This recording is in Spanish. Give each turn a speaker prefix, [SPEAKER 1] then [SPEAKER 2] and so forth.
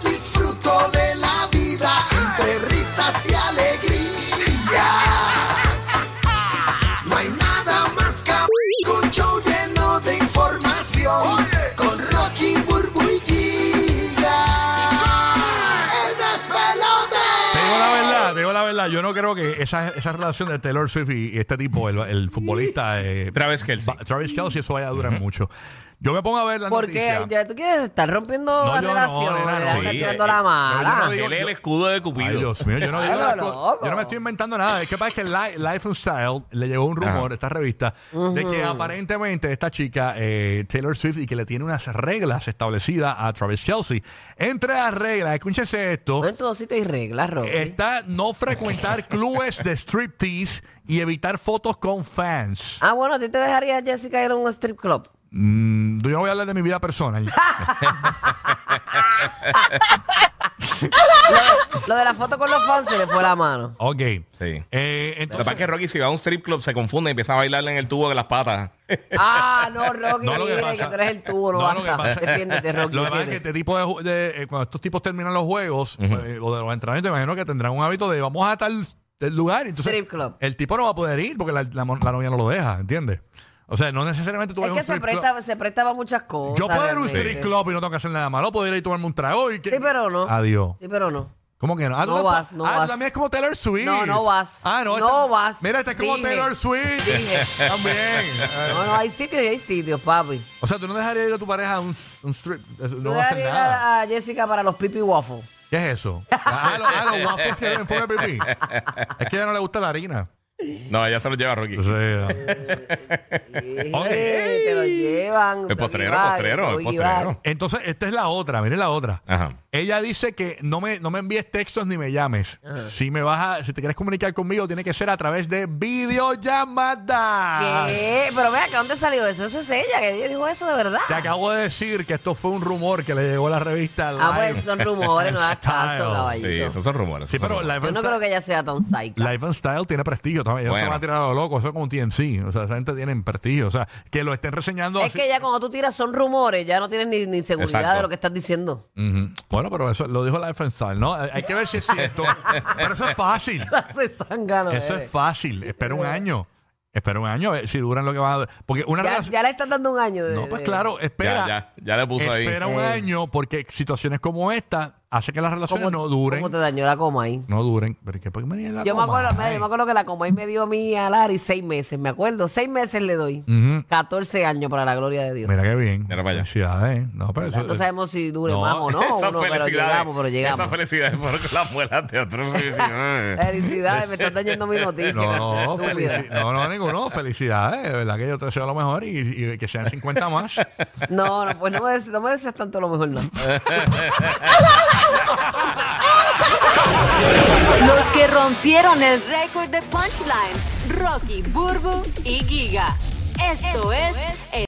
[SPEAKER 1] disfruto de la vida entre risas y alegrías. No hay nada más que un show lleno de información. Con Rocky, Burbu y Giga, el
[SPEAKER 2] Te digo
[SPEAKER 1] despelote.
[SPEAKER 2] la verdad, te digo la verdad. Yo no creo que esa, esa relación de Taylor Swift y y este tipo, el, el futbolista eh,
[SPEAKER 3] Travis Kelce.
[SPEAKER 2] Ba- Travis Kelce, eso vaya a durar mucho. Yo me pongo a ver la
[SPEAKER 4] Porque
[SPEAKER 2] noticia.
[SPEAKER 4] ya tú quieres estar rompiendo la
[SPEAKER 2] yo no, nena,
[SPEAKER 4] relación,
[SPEAKER 2] no.
[SPEAKER 4] ¿verdad? Estás
[SPEAKER 3] Sí,
[SPEAKER 4] tirando
[SPEAKER 3] eh,
[SPEAKER 4] la
[SPEAKER 2] pero Ah, yo
[SPEAKER 4] mala.
[SPEAKER 2] no digo-
[SPEAKER 3] Él es el escudo de Cupido.
[SPEAKER 2] Ay, Dios mío, yo no, digo
[SPEAKER 4] Claro,
[SPEAKER 2] las cosas-
[SPEAKER 4] loco.
[SPEAKER 2] yo no me estoy inventando nada. Es que pasa que Li- Life and Style le llegó un rumor,
[SPEAKER 3] Ajá.
[SPEAKER 2] esta revista, de que aparentemente esta chica, eh, Taylor Swift, y que le tiene unas reglas establecidas a Travis Kelsey. Entre las reglas, escúchense esto.
[SPEAKER 4] En todo sitio hay reglas, Rocky.
[SPEAKER 2] Está no frecuentar clubes de striptease y evitar fotos con fans.
[SPEAKER 4] Ah, bueno, ¿a ti te dejaría Jessica ir a un strip club?
[SPEAKER 2] Mm, yo no voy a hablar de mi vida personal.
[SPEAKER 4] Lo de la foto con los fans se le fue la mano.
[SPEAKER 2] ok.
[SPEAKER 3] Sí.
[SPEAKER 2] Eh,
[SPEAKER 3] Lo que pasa es
[SPEAKER 2] entonces,
[SPEAKER 3] que Rocky, si va a un strip club, se confunde y empieza a bailarle en el tubo de las patas.
[SPEAKER 4] Ah, no, Rocky,
[SPEAKER 2] No, lo que
[SPEAKER 4] mire, que,
[SPEAKER 2] pasa-
[SPEAKER 4] tú eres el tubo, no,
[SPEAKER 2] No, lo que
[SPEAKER 4] basta.
[SPEAKER 2] pasa-
[SPEAKER 4] Defiéndete, Rocky.
[SPEAKER 2] lo que pasa es que
[SPEAKER 4] defiéndete.
[SPEAKER 2] este tipo de, ju- de- eh, cuando estos tipos terminan los juegos eh, o de los entrenamientos, imagino que tendrán un hábito de vamos a tal del lugar. y Entonces,
[SPEAKER 4] Strip club.
[SPEAKER 2] El tipo no va a poder ir porque la, la mon- la novia no lo deja, ¿entiendes? O sea, no necesariamente tú
[SPEAKER 4] Es
[SPEAKER 2] ves un
[SPEAKER 4] que se
[SPEAKER 2] strip club.
[SPEAKER 4] presta, se presta para muchas cosas.
[SPEAKER 2] Yo puedo ir a un
[SPEAKER 4] realmente.
[SPEAKER 2] strip club y no tengo que hacer nada malo. Puedo ir ahí y tomarme un trago y que...
[SPEAKER 4] Sí, pero no.
[SPEAKER 2] Adiós.
[SPEAKER 4] Sí, pero no.
[SPEAKER 2] ¿Cómo que no? Ah, tú
[SPEAKER 4] No
[SPEAKER 2] tampoco-
[SPEAKER 4] vas, no
[SPEAKER 2] ah, tú
[SPEAKER 4] vas.
[SPEAKER 2] también es como Taylor Swift.
[SPEAKER 4] No, no vas.
[SPEAKER 2] Ah, no.
[SPEAKER 4] No
[SPEAKER 2] este-
[SPEAKER 4] vas.
[SPEAKER 2] Mira, este es como
[SPEAKER 4] Dije.
[SPEAKER 2] Taylor Swift.
[SPEAKER 4] Dije.
[SPEAKER 2] También. Eh,
[SPEAKER 4] No, no, hay sitios y hay sitios, papi.
[SPEAKER 2] o sea, tú no dejarías ir a tu pareja a un, un strip. eh,
[SPEAKER 4] Tú
[SPEAKER 2] No va a hacer
[SPEAKER 4] dejarías ir
[SPEAKER 2] nada.
[SPEAKER 4] a a Jessica para los pipi waffle.
[SPEAKER 2] ¿Qué es eso? Ah, los, ah, los waffles que deben fuera pipí. Es que a ella no le gusta la harina.
[SPEAKER 3] No, ya se lo lleva Rocky.
[SPEAKER 2] O sea, Ok.
[SPEAKER 4] Eh, te lo llevan.
[SPEAKER 3] Es postrero,
[SPEAKER 4] Doggy bag,
[SPEAKER 3] postrero,
[SPEAKER 4] doggy
[SPEAKER 3] es postrero.
[SPEAKER 4] bag.
[SPEAKER 2] entonces, esta es la otra. Miren la otra.
[SPEAKER 3] Ajá.
[SPEAKER 2] Ella dice que no me, no me envíes textos ni me llames.
[SPEAKER 4] Ah.
[SPEAKER 2] Si me vas a, si te quieres comunicar conmigo, tiene que ser a través de videollamada.
[SPEAKER 4] ¿Qué? Pero vea, ¿acá dónde salió eso? Eso es ella, que ella dijo eso de verdad.
[SPEAKER 2] Te acabo de decir que esto fue un rumor que le llegó a la revista Life.
[SPEAKER 4] Ah, pues son rumores, no hagas
[SPEAKER 2] Style.
[SPEAKER 4] caso,
[SPEAKER 3] Sí,
[SPEAKER 4] caballito.
[SPEAKER 3] esos son rumores.
[SPEAKER 2] Sí,
[SPEAKER 3] esos
[SPEAKER 2] pero
[SPEAKER 3] son
[SPEAKER 2] Life
[SPEAKER 4] Yo
[SPEAKER 2] and,
[SPEAKER 4] no creo que ella sea tan psycho.
[SPEAKER 2] Life and Style tiene prestigio también. Ellos se
[SPEAKER 3] Bueno.
[SPEAKER 2] van a tirar a lo loco. Eso es como un TMC. O sea, esa gente tiene prestigio. O sea, que lo estén reseñando.
[SPEAKER 4] Es
[SPEAKER 2] así-
[SPEAKER 4] que ya cuando tú tiras son rumores, ya no tienes ni, ni seguridad
[SPEAKER 3] Exacto.
[SPEAKER 4] de lo que estás diciendo.
[SPEAKER 2] Ujú. Bueno, pero eso lo dijo Life and Style, ¿no? Hay que ver si es cierto. pero eso es fácil.
[SPEAKER 4] Hace zángano,
[SPEAKER 2] Mm.
[SPEAKER 4] eh.
[SPEAKER 2] Eso
[SPEAKER 4] eres.
[SPEAKER 2] es fácil. Espera un año. Espera un año a ver si duran lo que van a durar. Porque una
[SPEAKER 4] Ya,
[SPEAKER 2] relación-
[SPEAKER 4] ya le estás dando un año de.
[SPEAKER 2] No, pues
[SPEAKER 4] de-
[SPEAKER 2] claro, espera.
[SPEAKER 3] Ya, ya, ya le puso ahí.
[SPEAKER 2] espera un
[SPEAKER 4] Eh.
[SPEAKER 2] año porque situaciones como esta hacen que las relaciones
[SPEAKER 4] ¿Cómo,
[SPEAKER 2] no duren.
[SPEAKER 4] ¿Cómo te dañó la coma ahí?
[SPEAKER 2] No duren. Pero ¿qué? ¿Por qué me viene la
[SPEAKER 4] Yo me,
[SPEAKER 2] goma?
[SPEAKER 4] acuerdo, mira,
[SPEAKER 2] Ay.
[SPEAKER 4] yo me acuerdo que la Comay me dio a mí a Lari seis meses, me acuerdo. Seis meses le doy. 14 años para la gloria de Dios.
[SPEAKER 2] Mira qué bien.
[SPEAKER 3] Mira para allá.
[SPEAKER 2] Felicidades. ¿eh? No, pero eso,
[SPEAKER 4] no sabemos si dure
[SPEAKER 2] No,
[SPEAKER 4] más o no,
[SPEAKER 3] Esas
[SPEAKER 4] uno, pero
[SPEAKER 3] felicidades-
[SPEAKER 4] llegamos, pero llegamos.
[SPEAKER 3] Esas felicidades fueron con las muelas de otros. felicidades.
[SPEAKER 4] Felicidades, me estás dañando mi noticia.
[SPEAKER 2] No, no,
[SPEAKER 4] estúpida.
[SPEAKER 2] felici- no, no, ninguno. Felicidades. De verdad que yo te deseo lo mejor y, y que sean 50 más.
[SPEAKER 4] No, no, pues no me, des- no me deseas tanto lo mejor, no.
[SPEAKER 5] Los que rompieron el récord de punchline, Rocky, Burbu y Giga. Esto, es...